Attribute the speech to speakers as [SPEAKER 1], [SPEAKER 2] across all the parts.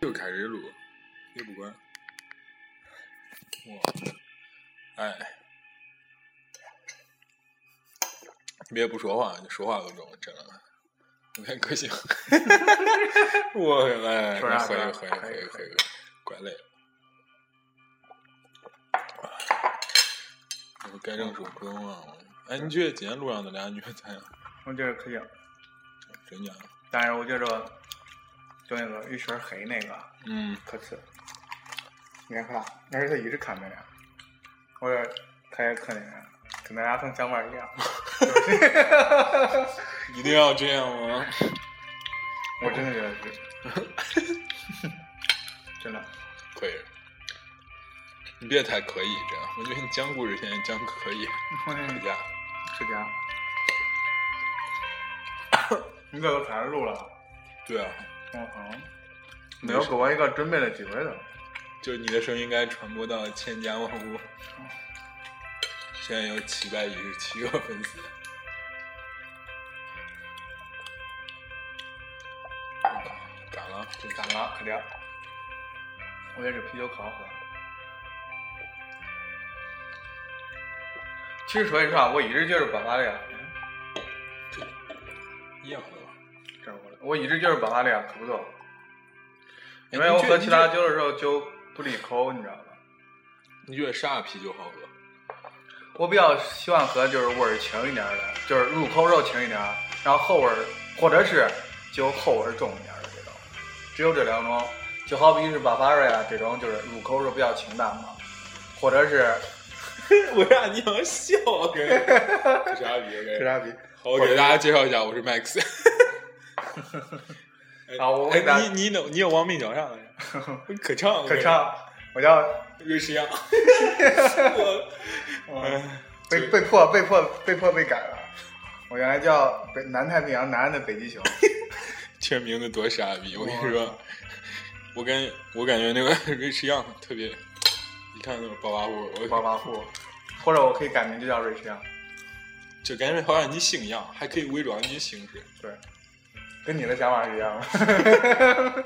[SPEAKER 1] 就开始录，也不管。我，哎，别不说话，你说话都中，真的。你看可行，我哎，
[SPEAKER 2] 说啥
[SPEAKER 1] 喝一个，
[SPEAKER 2] 说
[SPEAKER 1] 喝一个，
[SPEAKER 2] 啥
[SPEAKER 1] 喝
[SPEAKER 2] 可以
[SPEAKER 1] 一个，
[SPEAKER 2] 可
[SPEAKER 1] 喝一个，怪累了。我该正说不用忘了。哎，你觉得今天路上的俩女的咋样？
[SPEAKER 2] 我觉得可以，
[SPEAKER 1] 真假？
[SPEAKER 2] 但是我觉着就那个一身黑那个
[SPEAKER 1] 嗯，
[SPEAKER 2] 可次，你看，而且他一直看那俩，我说他也看那俩，跟咱俩从相伴一样。
[SPEAKER 1] 一定要这样吗？
[SPEAKER 2] 我真的觉得是， 真的，
[SPEAKER 1] 可以，你别太可以这样。我觉得你讲故事现在讲可以，回家。
[SPEAKER 2] 是这样。你这都开始录了，
[SPEAKER 1] 对啊，
[SPEAKER 2] 嗯哼，没有给我一个准备的机会的。
[SPEAKER 1] 就是你的声音应该传播到千家万户。现在有七百一十七个粉丝。干了，就干
[SPEAKER 2] 干
[SPEAKER 1] 了。
[SPEAKER 2] 了，可了。我也是啤酒可好喝。其实说实话，我一直觉得巴啊伐利亚，
[SPEAKER 1] 一样的吧。
[SPEAKER 2] 这是我的，我一直觉得巴伐利亚可不错，因为
[SPEAKER 1] 哎
[SPEAKER 2] 我
[SPEAKER 1] 你觉
[SPEAKER 2] 喝
[SPEAKER 1] 得
[SPEAKER 2] 其他酒的时候酒不利口，你知道吧？
[SPEAKER 1] 你觉得啥啤酒好喝？
[SPEAKER 2] 我比较喜欢喝就是味儿轻一点的，就是入口肉轻一点，然后后味儿或者是酒后味儿重一点的这种，只有这两种。就好比是巴伐利亚这种，就是入口肉比较清淡嘛，或者是
[SPEAKER 1] 我让你要笑啊 给，啥啤酒？
[SPEAKER 2] 啥比？
[SPEAKER 1] 好，我给大家介绍一下，我是 Max。
[SPEAKER 2] 啊我
[SPEAKER 1] 哎
[SPEAKER 2] 给大家
[SPEAKER 1] 你你能你有网名叫啥来着？ 可唱
[SPEAKER 2] 可，唱，我叫
[SPEAKER 1] 瑞士 羊。我
[SPEAKER 2] 嗯，
[SPEAKER 1] 这
[SPEAKER 2] 被被迫被迫被迫被改了。我原来叫北南太平洋南岸的北极熊，
[SPEAKER 1] 这名字多傻逼！我跟你说，我跟我感觉那个 瑞士羊特别，一看就是暴发户，我
[SPEAKER 2] 暴发户，或者我可以改名就叫瑞士啊羊，
[SPEAKER 1] 就感觉好像你姓杨，还可以伪装你姓氏。
[SPEAKER 2] 对，跟你的想法是一样的。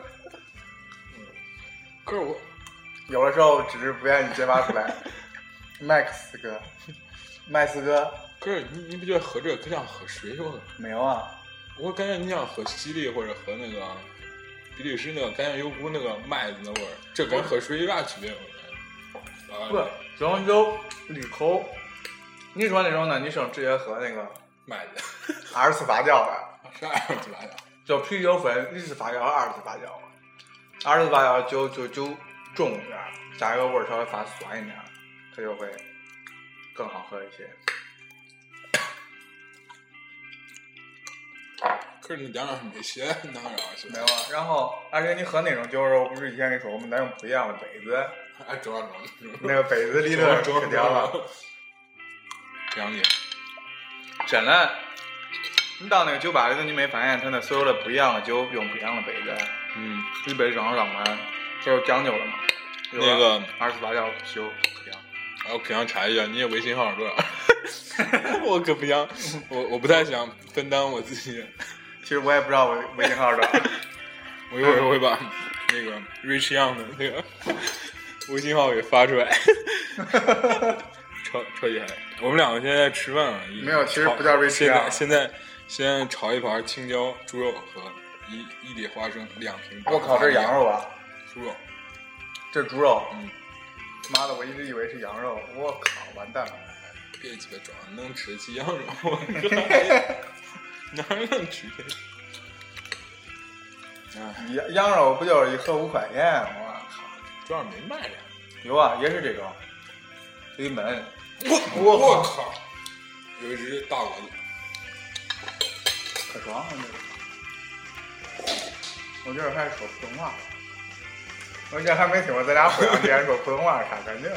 [SPEAKER 1] 可是我
[SPEAKER 2] 有的时候只是不愿意揭发出来。Max 哥，麦斯哥
[SPEAKER 1] 可是你你不觉得喝这可像喝水吗？
[SPEAKER 2] 没有啊？
[SPEAKER 1] 我感觉你像喝西力或者喝那个比利时那个，感觉有股那个麦子那味儿，这跟喝水有啥区别？我感
[SPEAKER 2] 不
[SPEAKER 1] 觉啊，，
[SPEAKER 2] 红酒绿口。你说那种男女生直接喝那个
[SPEAKER 1] 麦子，
[SPEAKER 2] 二次发酵的，
[SPEAKER 1] 啥玩意儿来着？
[SPEAKER 2] 就啤酒分一次发酵和二次发酵嘛，二次发酵就就就重一点儿，加个味儿稍微发酸一点儿，它就会更好喝一些。
[SPEAKER 1] 可是你家长没写哪样是
[SPEAKER 2] 没？有，啊，然后而且你喝那种酒的时候，不是以前跟你说我们咱用不一样的杯子，
[SPEAKER 1] 还装装
[SPEAKER 2] 那个杯子里头可掉了，。
[SPEAKER 1] 杨姐，
[SPEAKER 2] 真的。你到那个酒吧里头，你没发现它那所有的不一样的酒用不一样的杯子，
[SPEAKER 1] 嗯，
[SPEAKER 2] 一杯装上满，这就讲究了嘛。有啊
[SPEAKER 1] 那个
[SPEAKER 2] 二次发酵酒不一样。
[SPEAKER 1] 哎，我可想查一下，你的微信号是多少？ 我可不想，我我不太想分担我自己。
[SPEAKER 2] 其实我也不知道我微信号是多 少。
[SPEAKER 1] 我一会儿会把 那个 Rich Young 的那个微信号给发出 来，超超级嗨！我们两个现在吃饭了，一
[SPEAKER 2] 没有其实
[SPEAKER 1] 炒
[SPEAKER 2] 不叫 Rich
[SPEAKER 1] 现在
[SPEAKER 2] Young
[SPEAKER 1] 现在先炒一盘青椒猪肉和一一碟花生，两瓶。
[SPEAKER 2] 我靠，这是羊肉吧？
[SPEAKER 1] 猪肉，
[SPEAKER 2] 这是猪肉。
[SPEAKER 1] 嗯，
[SPEAKER 2] 妈的，我一直以为是羊肉。我靠，完蛋了！
[SPEAKER 1] 别鸡巴装，能吃得起羊 肉？我靠，哪儿能吃得起？哎，
[SPEAKER 2] 羊羊肉不就是一盒五块钱？我靠，
[SPEAKER 1] 主要是没卖呀。
[SPEAKER 2] 有啊，也是这种，一门。
[SPEAKER 1] 我
[SPEAKER 2] 我
[SPEAKER 1] 我靠，有一只大蛾子。
[SPEAKER 2] 可爽了、这个。我这还说普通话，我这还没听过咱俩互相之间说普通话是啥感觉呢。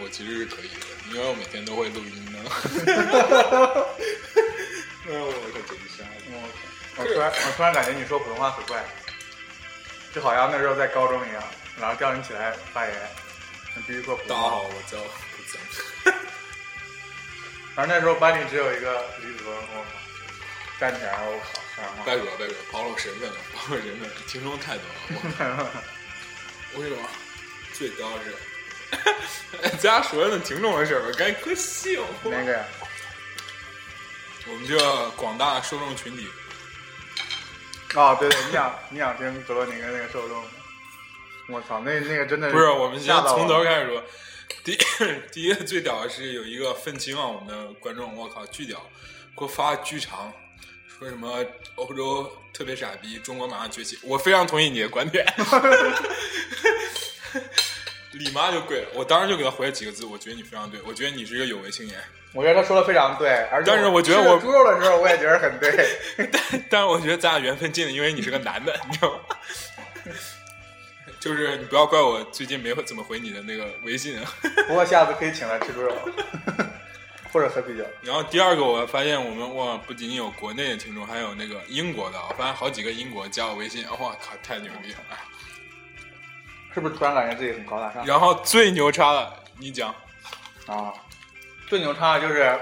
[SPEAKER 1] 我其实是可以的，因为我每天都会录音呢。 哎呦，我可真瞎了！
[SPEAKER 2] 我靠！我突然我突然感觉你说普通话很怪，就好像那时候在高中一样，老师叫你起来发言，你必须说普
[SPEAKER 1] 大
[SPEAKER 2] 通
[SPEAKER 1] 家
[SPEAKER 2] 话
[SPEAKER 1] 好，。我叫不讲。
[SPEAKER 2] 反正那时候班里只有一个李子文，我靠，站起来，我靠，然后
[SPEAKER 1] 别说别说，暴露身份了，暴露身份，听众太多了。我
[SPEAKER 2] 啊
[SPEAKER 1] 我跟你说，最高是， 咱俩说的那听众的事儿吧，该可笑。
[SPEAKER 2] 那个呀，
[SPEAKER 1] 我们这个广大受众群体，
[SPEAKER 2] 啊，对对，你想你想听格罗宁跟那个受众吗？我操，那那个真的
[SPEAKER 1] 不是我们先
[SPEAKER 2] 吓到
[SPEAKER 1] 从
[SPEAKER 2] 我
[SPEAKER 1] 头
[SPEAKER 2] 了
[SPEAKER 1] 开始说。 第第一个最屌的是有一个愤青啊，我们的观众，我靠，巨屌，给我发巨长，说什么欧洲特别傻逼，中国马上崛起。我非常同意你的观点， 李妈就跪了，我当时就给他回了几个字，我觉得你非常对，我觉得你是一个有为青年，
[SPEAKER 2] 我觉得他说的非常对，而且
[SPEAKER 1] 但是我觉得
[SPEAKER 2] 吃
[SPEAKER 1] 我
[SPEAKER 2] 猪肉的时候，我也觉得很对。
[SPEAKER 1] 但是我觉得咱俩缘分尽了，因为你是个男的，你知道吗？ 就是你不要怪我最近没怎么回你的那个微信啊。
[SPEAKER 2] 不过下次可以请他吃猪肉， 或者喝啤酒。
[SPEAKER 1] 然后第二个，我发现我们哇，不仅仅有国内的听众，还有那个英国的，我发现好几个英国加我微信，哇靠，太牛逼了！哎
[SPEAKER 2] 是不是突然感觉自己很高大上
[SPEAKER 1] 然后最牛叉的，你讲，
[SPEAKER 2] 啊？最牛叉的就是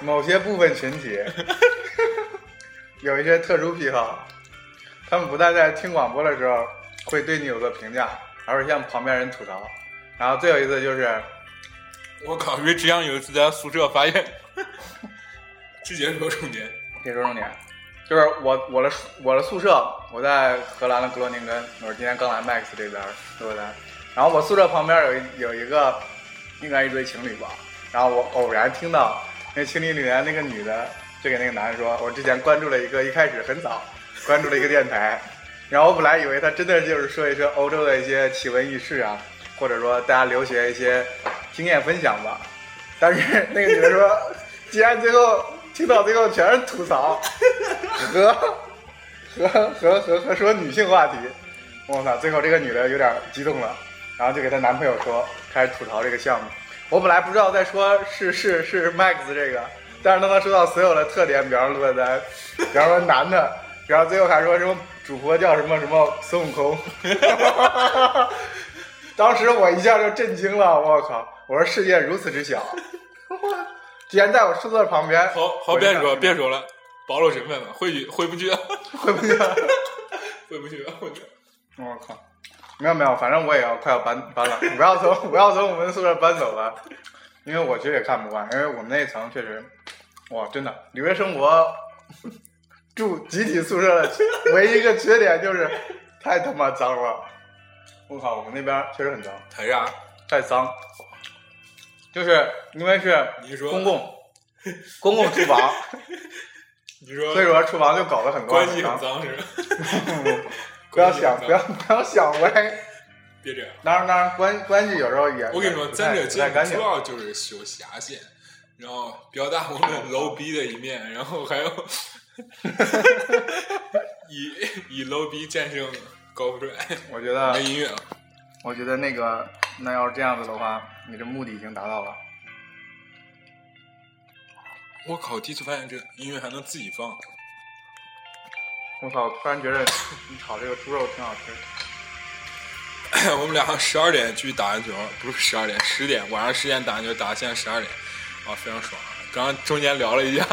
[SPEAKER 2] 某些部分群体有一些特殊癖好，他们不但在听广播的时候会对你有个评价，还会向旁边人吐槽。然后最有意思的就是，
[SPEAKER 1] 我靠，瑞志阳有一次在宿舍发现，志杰说重点，
[SPEAKER 2] 可以说重点，就是我我的我的宿舍，我在荷兰的格罗宁根，我是今天刚来 Max 这边对不对？然后我宿舍旁边有一有一个应该一对情侣吧，然后我偶然听到那情侣里面那个女的就给那个男的说，我之前关注了一个一开始很早关注了一个电台，然后我本来以为他真的就是说一说欧洲的一些奇闻异事啊，或者说大家留学一些经验分享吧，但是那个女的说，既然最后听到最后全是吐槽和和和和和说女性话题，我操！最后这个女的有点激动了，然后就给她男朋友说，开始吐槽这个项目。我本来不知道在说是是是 Max 这个，但是当他说到所有的特点，比方说落单，比方说男的，然后最后还说什么主播叫什么什么孙悟空， 当时我一下就震惊了，我靠！我说世界如此之小， 居然在我宿舍旁边。
[SPEAKER 1] 好好别说别说了，暴露身份了，回去回不去了，
[SPEAKER 2] 回不去了。
[SPEAKER 1] 回不去了，我操！
[SPEAKER 2] 我靠！没有没有，反正我也要快要搬搬了， 不要从不要从我们宿舍搬走了，因为我其实也看不惯，因为我们那一层确实，哇，真的纽约生活住集体宿舍的唯一一个缺点就是太他妈脏了，我靠，我们那边确实很脏，
[SPEAKER 1] 台啥？
[SPEAKER 2] 太脏，就是因为是
[SPEAKER 1] 你说
[SPEAKER 2] 公共公共厨房，
[SPEAKER 1] 你说
[SPEAKER 2] 所以说厨房就搞得很乱
[SPEAKER 1] 关系很脏是吧？
[SPEAKER 2] 不要想
[SPEAKER 1] 关系很脏
[SPEAKER 2] 不要不要想歪。
[SPEAKER 1] 别这样。
[SPEAKER 2] 当然，当然，关关系有时候也
[SPEAKER 1] 我跟你说，
[SPEAKER 2] 不
[SPEAKER 1] 咱
[SPEAKER 2] 太
[SPEAKER 1] 这
[SPEAKER 2] 不
[SPEAKER 1] 节
[SPEAKER 2] 太干
[SPEAKER 1] 目主
[SPEAKER 2] 净。
[SPEAKER 1] 要就是修下限，然后表达我 们 low 逼的一面，然后还有以以 low 逼战胜高富帅。
[SPEAKER 2] 我觉得
[SPEAKER 1] 没，音乐了，啊
[SPEAKER 2] 我觉得那个，那要是这样子的话，你这目的已经达到了。
[SPEAKER 1] 我靠！第一次发现这音乐还能自己放，
[SPEAKER 2] 我操！突然觉得你炒这个猪肉挺好吃。
[SPEAKER 1] 我们俩十二点去打篮球，不是十二点，十点晚上十点打篮球，打到现在十二点，啊，非常爽啊！刚刚中间聊了一下，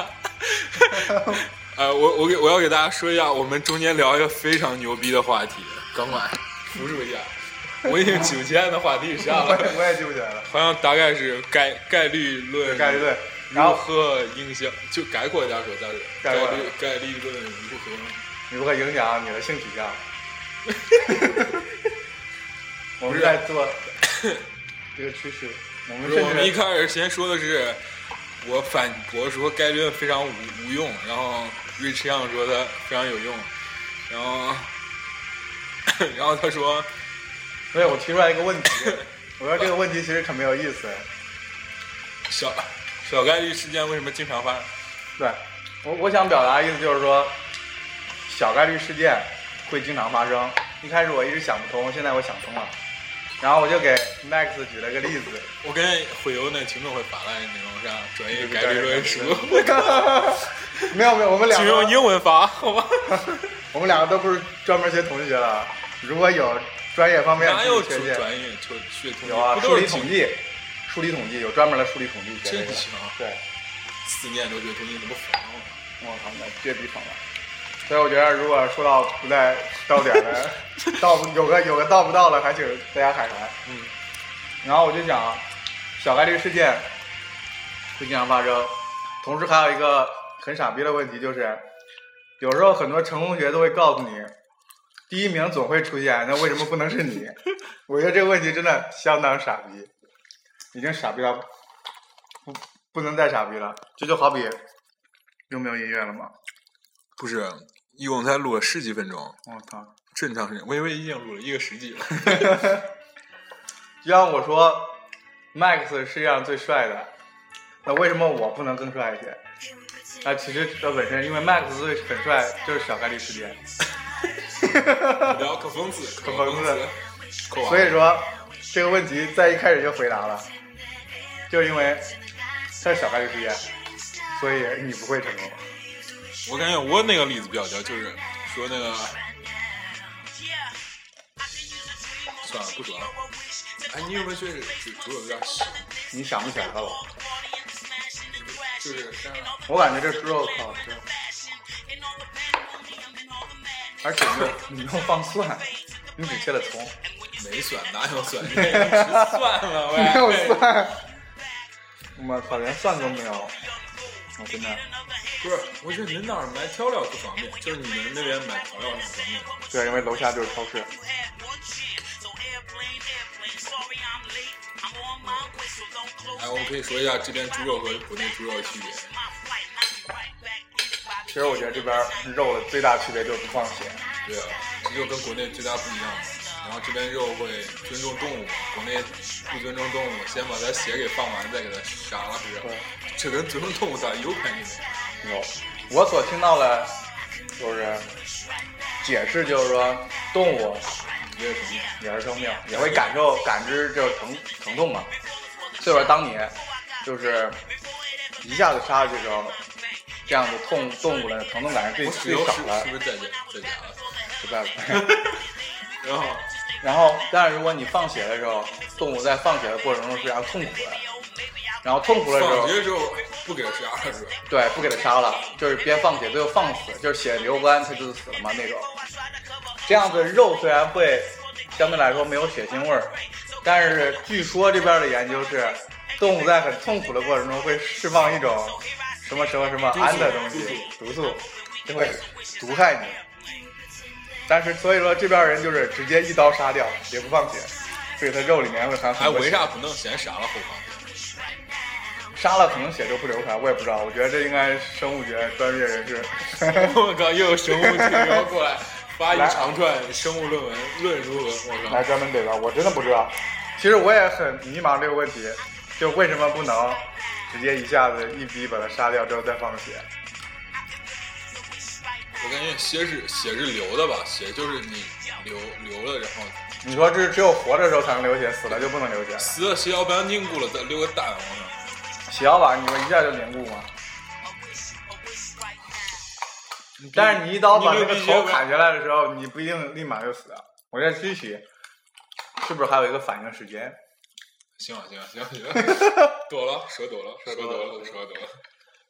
[SPEAKER 1] 呃，我我给我要给大家说一下，我们中间聊一个非常牛逼的话题，刚管复述一下，我已经记不清的话题上
[SPEAKER 2] 我
[SPEAKER 1] 了，
[SPEAKER 2] 也我也记不起来 了。
[SPEAKER 1] 好像大概是概概率论，
[SPEAKER 2] 概率论，然
[SPEAKER 1] 如
[SPEAKER 2] 后
[SPEAKER 1] 何影响，就概括一下说，但是
[SPEAKER 2] 概
[SPEAKER 1] 概
[SPEAKER 2] 括
[SPEAKER 1] 率概率论如何？
[SPEAKER 2] 如何影响你的性取向？ 我
[SPEAKER 1] 不
[SPEAKER 2] 们
[SPEAKER 1] 是
[SPEAKER 2] 在做这个趋势，我们
[SPEAKER 1] 不是我们一
[SPEAKER 2] 甚至
[SPEAKER 1] 开始先说的是，我反驳说概率论非常无无用，然后瑞驰阳说它非常有用，然后然后他说
[SPEAKER 2] 所以我提出来一个问题，我说这个问题其实很没有意思。
[SPEAKER 1] 小小概率事件为什么经常发生？
[SPEAKER 2] 对，我我想表达的意思就是说，小概率事件会经常发生。一开始我一直想不通，现在我想通了。然后我就给 Max 举了个例子，
[SPEAKER 1] 我跟毁游那听众会发来那种啥专业概率论书，
[SPEAKER 2] 没有没有，我们两
[SPEAKER 1] 请用
[SPEAKER 2] 个
[SPEAKER 1] 英文发好吗？
[SPEAKER 2] 我们两个都不是专门学同学了。如果有专业方面
[SPEAKER 1] 哪有
[SPEAKER 2] 的
[SPEAKER 1] 专
[SPEAKER 2] 缺陷，
[SPEAKER 1] 专业就学统计？
[SPEAKER 2] 有啊，
[SPEAKER 1] 不
[SPEAKER 2] 数
[SPEAKER 1] 都是
[SPEAKER 2] 理统计，数理统计有专门的数理统计学
[SPEAKER 1] 真
[SPEAKER 2] 这个。
[SPEAKER 1] 行，
[SPEAKER 2] 对，
[SPEAKER 1] 四年都学统计怎么疯了？
[SPEAKER 2] 我靠，那绝逼爽了！所以我觉得，如果说到不在到点儿的，到不有个有个到不到了，还请大家海涵。
[SPEAKER 1] 嗯，
[SPEAKER 2] 然后我就想，小概率事件会经常发生，同时还有一个很傻逼的问题就是，有时候很多成功学都会告诉你，第一名总会出现，那为什么不能是你？ 我觉得这个问题真的相当傻逼，已经傻逼到不不能再傻逼了。这就好比又没有音乐了吗？
[SPEAKER 1] 不是，一共才录了十几分钟，
[SPEAKER 2] 我、操！
[SPEAKER 1] 正常时间，我以为已经录了一个十几 了。
[SPEAKER 2] 就像我说，Max 是世界上最帅的，那为什么我不能更帅一些？啊，其实这本身因为 Max 最很帅，就是小概率事件。
[SPEAKER 1] 聊可疯子，可
[SPEAKER 2] 疯
[SPEAKER 1] 疯
[SPEAKER 2] 子
[SPEAKER 1] 子，可
[SPEAKER 2] 所以说这个问题在一开始就回答了，就是因为它是小概率事件，所以你不会成功。
[SPEAKER 1] 我感觉我那个例子比较屌，就是说那个，算了，不说了。哎，你有没有觉得这主有点小？
[SPEAKER 2] 你想不起来了吧？
[SPEAKER 1] 就是山上
[SPEAKER 2] 我感觉这猪肉可好吃，而且你又你又放蒜，你只切了葱，
[SPEAKER 1] 没蒜，哪有蒜？你也吃蒜 了，喂，
[SPEAKER 2] 没有。蒜，我操，连蒜都没有，我真的。
[SPEAKER 1] 不是，我觉得您那儿买调料不方便，就是你们那边买调料不方便。
[SPEAKER 2] 对，因为楼下就是超市。
[SPEAKER 1] 哎，我们可以说一下这边猪肉和国内猪肉的区别。
[SPEAKER 2] 其实我觉得这边肉的最大区别就是不放血，
[SPEAKER 1] 对啊，这就跟国内最大不一样嘛。然后这边肉会尊重动物，国内不尊重动物，先把它血给放完，再给它杀了，是不是
[SPEAKER 2] 对？
[SPEAKER 1] 这跟尊重动物咋有关系呢？
[SPEAKER 2] 有。我所听到的，就是解释就是说，动物
[SPEAKER 1] 你这是什么？
[SPEAKER 2] 也是生命，也会感受感知这个疼疼痛嘛。所以说，当你就是一下子杀下去的时候，这样子痛动物的疼痛感是最
[SPEAKER 1] 我室友是
[SPEAKER 2] 最少的
[SPEAKER 1] 是，不是在家在家了？
[SPEAKER 2] 不在了。
[SPEAKER 1] 然后
[SPEAKER 2] 然后，但是如果你放血的时候，动物在放血的过程中是非常痛苦的，然后痛苦的时候
[SPEAKER 1] 放，学之后不给它杀了，是吧？
[SPEAKER 2] 对， 不给它杀了，就是边放血，最后放死，就是血流干，它就是死了嘛那种。这样子肉虽然会相对来说没有血腥味儿，但是据说这边的研究是，动物在很痛苦的过程中会释放一种什么什么什么胺的东西，毒素，就会毒害你。但是所以说这边人就是直接一刀杀掉，也不放血，所以它肉里面会含
[SPEAKER 1] 哎，
[SPEAKER 2] 很多
[SPEAKER 1] 为
[SPEAKER 2] 血。
[SPEAKER 1] 啥不能先杀了后放？
[SPEAKER 2] 杀了可能血就不流出来，我也不知道。我觉得这应该生物学专业 人士。
[SPEAKER 1] 哎我靠，又有生物指标过来 发一长串生物论文，论如何？我靠
[SPEAKER 2] 来，专门怼吧，我真的不知道。其实我也很迷茫这个问题，就为什么不能直接一下子一逼把它杀掉之后再放血？
[SPEAKER 1] 我感觉血是血是流的吧，血就是你流流了，然后
[SPEAKER 2] 你说这是只有活着的时候才能流血，死了就不能流血？
[SPEAKER 1] 死了血小板凝固了，再留个蛋，我操！
[SPEAKER 2] 血小板你说一下就凝固吗？但是你一刀把那个头砍下来的时候，你不一定立马就死。我在具体是不是还有一个反应时间？
[SPEAKER 1] 行啊了行了行了行 了，躲了，蛇躲了，蛇躲了，蛇躲了。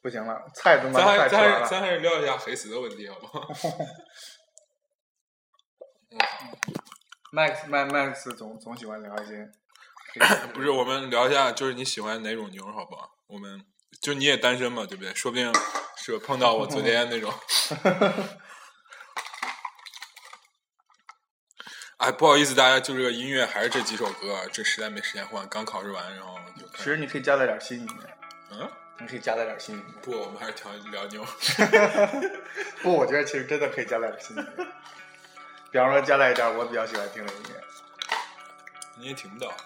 [SPEAKER 2] 不行了，菜他
[SPEAKER 1] 咱
[SPEAKER 2] 妈
[SPEAKER 1] 还
[SPEAKER 2] 快吃
[SPEAKER 1] 咱
[SPEAKER 2] 完
[SPEAKER 1] 还
[SPEAKER 2] 了。
[SPEAKER 1] 咱还是聊一下黑死的问题好不好？
[SPEAKER 2] Max Max Max 总总喜欢聊一些，
[SPEAKER 1] 不是，我们聊一下，就是你喜欢哪种牛好不好？我们就你也单身嘛，对不对？说不定是碰到我昨天那种。哎，不好意思，大家就这个音乐还是这几首歌啊，这实在没时间换。刚考试完，然后就
[SPEAKER 2] 其
[SPEAKER 1] 开始。
[SPEAKER 2] 实你可以加在点新音乐，
[SPEAKER 1] 嗯，
[SPEAKER 2] 你可以加在点新音乐。
[SPEAKER 1] 不，我们还是调聊牛。
[SPEAKER 2] 不，我觉得其实真的可以加来点新音乐，比方说加来一点我比较喜欢听的音乐。
[SPEAKER 1] 你也听不到。啊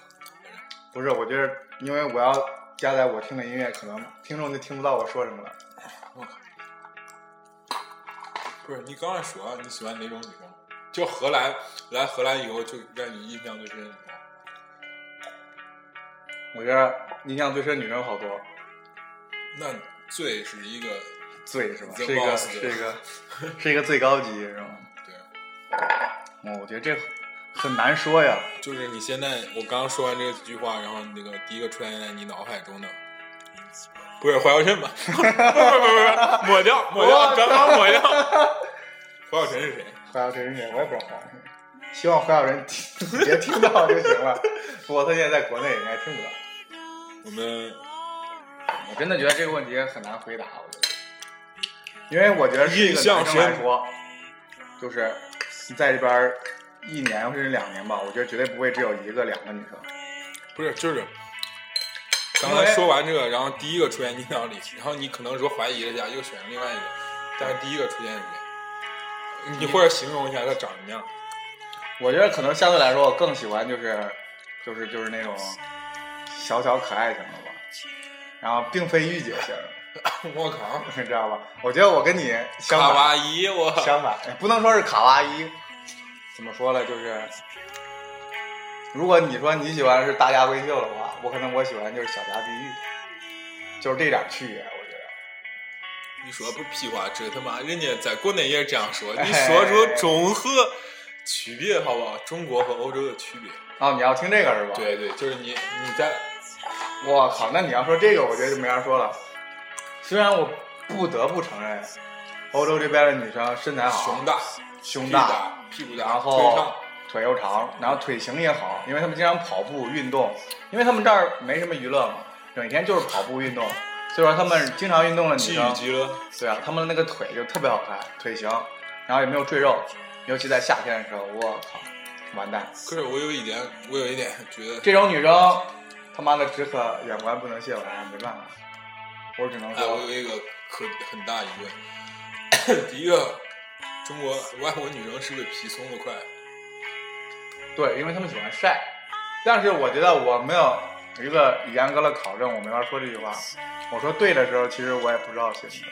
[SPEAKER 2] 不是，我觉得因为我要加载我听的音乐，可能听众就听不到我说什么了。
[SPEAKER 1] 我靠！不是你刚才说啊你喜欢哪种女生？就荷兰来荷兰以后，就让你印象最深的女生。
[SPEAKER 2] 我觉得印象最深女生好多，
[SPEAKER 1] 那最是一个
[SPEAKER 2] 醉是吧？
[SPEAKER 1] The
[SPEAKER 2] 是一个
[SPEAKER 1] Boss
[SPEAKER 2] 是一个是一个最高级，是吗？
[SPEAKER 1] 对，
[SPEAKER 2] 哦，我觉得这很难说呀。
[SPEAKER 1] 就是你现在我刚刚说完这句话，然后那个第一个出现在你脑海中的， 不是怀耀镇吧？不是不是不是，抹掉抹
[SPEAKER 2] 我
[SPEAKER 1] 掉，
[SPEAKER 2] 操
[SPEAKER 1] 刚刚抹掉。何小晨是谁？
[SPEAKER 2] 何小晨是谁？我也不知道何小晨。希望何小晨听 别听到就行了。不过他现在在国内应该听不到。
[SPEAKER 1] 我们
[SPEAKER 2] 我真的觉得这个问题很难回答，我觉得，因为我觉得对一
[SPEAKER 1] 印
[SPEAKER 2] 个
[SPEAKER 1] 象
[SPEAKER 2] 男生来
[SPEAKER 1] 深
[SPEAKER 2] 说，就是你在这边儿一年甚至两年吧，我觉得绝对不会只有一个两个女生。
[SPEAKER 1] 不是就是刚才说完这个，然后第一个出现你脑里，然后你可能说怀疑了一下，又选了另外一个，但是第一个出现是谁？你或者形容一下他长什么样？
[SPEAKER 2] 我觉得可能相对来说，我更喜欢就是就是就是那种小巧可爱型的吧，然后并非御姐型的，
[SPEAKER 1] 我靠，
[SPEAKER 2] 你知道吧？我觉得我跟你相
[SPEAKER 1] 卡
[SPEAKER 2] 反，
[SPEAKER 1] 哇伊，我
[SPEAKER 2] 相反，哎不能说是卡哇伊，怎么说呢？就是，如果你说你喜欢是大家闺秀的话，我可能我喜欢就是小家碧玉，就是这点区别，我觉得。
[SPEAKER 1] 你说不屁话，这他妈人家在国内也这样说。
[SPEAKER 2] 哎
[SPEAKER 1] 你说出中和区别好不好？中国和欧洲的区别。
[SPEAKER 2] 哦，你要听这个是吧？，
[SPEAKER 1] 对对，就是你你在
[SPEAKER 2] 我靠，那你要说这个，我觉得就没法说了。虽然我不得不承认，欧洲这边的女生身材好，
[SPEAKER 1] 熊大、
[SPEAKER 2] 胸
[SPEAKER 1] 屁
[SPEAKER 2] 大，
[SPEAKER 1] 啊大、屁股
[SPEAKER 2] 然
[SPEAKER 1] 大、
[SPEAKER 2] 后
[SPEAKER 1] 腿长。
[SPEAKER 2] 腿又长，然后腿型也好，因为他们经常跑步运动，因为他们这儿没什么娱乐嘛，整天就是跑步运动，所以说他们经常运动的女
[SPEAKER 1] 既与
[SPEAKER 2] 生，
[SPEAKER 1] 极乐，
[SPEAKER 2] 对啊，他们的那个腿就特别好看，腿型，然后也没有赘肉，尤其在夏天的时候，我靠，完蛋，
[SPEAKER 1] 可是我有一点，我有一点觉得，
[SPEAKER 2] 这种女生，他妈的只可远观不能亵玩，没办法，我只能
[SPEAKER 1] 哎，我
[SPEAKER 2] 说，
[SPEAKER 1] 有一个可很大疑问。第一个， 中国外国女生是不是皮松的快？
[SPEAKER 2] 对，因为他们喜欢晒，但是我觉得我没有一个严格的考证，我没法说这句话，我说对的时候，其实我也不知道行不行。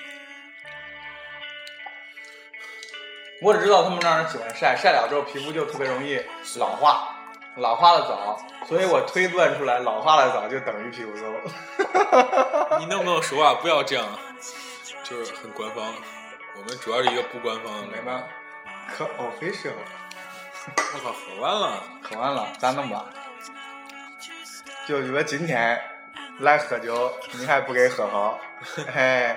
[SPEAKER 2] 我只知道他们让人喜欢晒，晒了之后皮肤就特别容易老化，老化的早，所以我推断出来，老化的早就等于皮肤松。
[SPEAKER 1] 你能不能说话不要这样，就是很官方。我们主要是一个不官方的，
[SPEAKER 2] 没吗？可 official，
[SPEAKER 1] 我靠，好完了。
[SPEAKER 2] 可完了，咋弄吧？就觉得今天来喝酒，你还不给喝 好，嘿，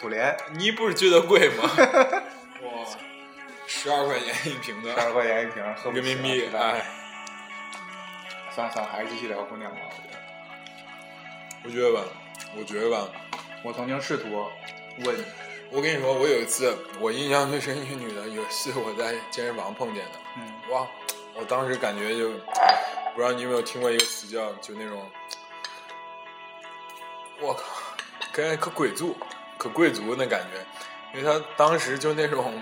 [SPEAKER 2] 互联
[SPEAKER 1] 你不是觉得贵 吗？哇， 十二块钱一瓶
[SPEAKER 2] 二十
[SPEAKER 1] 的
[SPEAKER 2] 块钱一瓶，喝不起
[SPEAKER 1] 人民币，
[SPEAKER 2] 了
[SPEAKER 1] 哎，
[SPEAKER 2] 算了算了，还是继续聊姑娘吧。我觉得，
[SPEAKER 1] 我觉得吧，我觉得吧，
[SPEAKER 2] 我曾经试图问你，
[SPEAKER 1] 我跟你说，我有一次我印象最深一个女的，有一次我在健身房碰见的，
[SPEAKER 2] 嗯，
[SPEAKER 1] 哇，我当时感觉就，不知道你有没有听过一个词叫就那种，我靠，跟可鬼族，可贵族那感觉，因为她当时就那种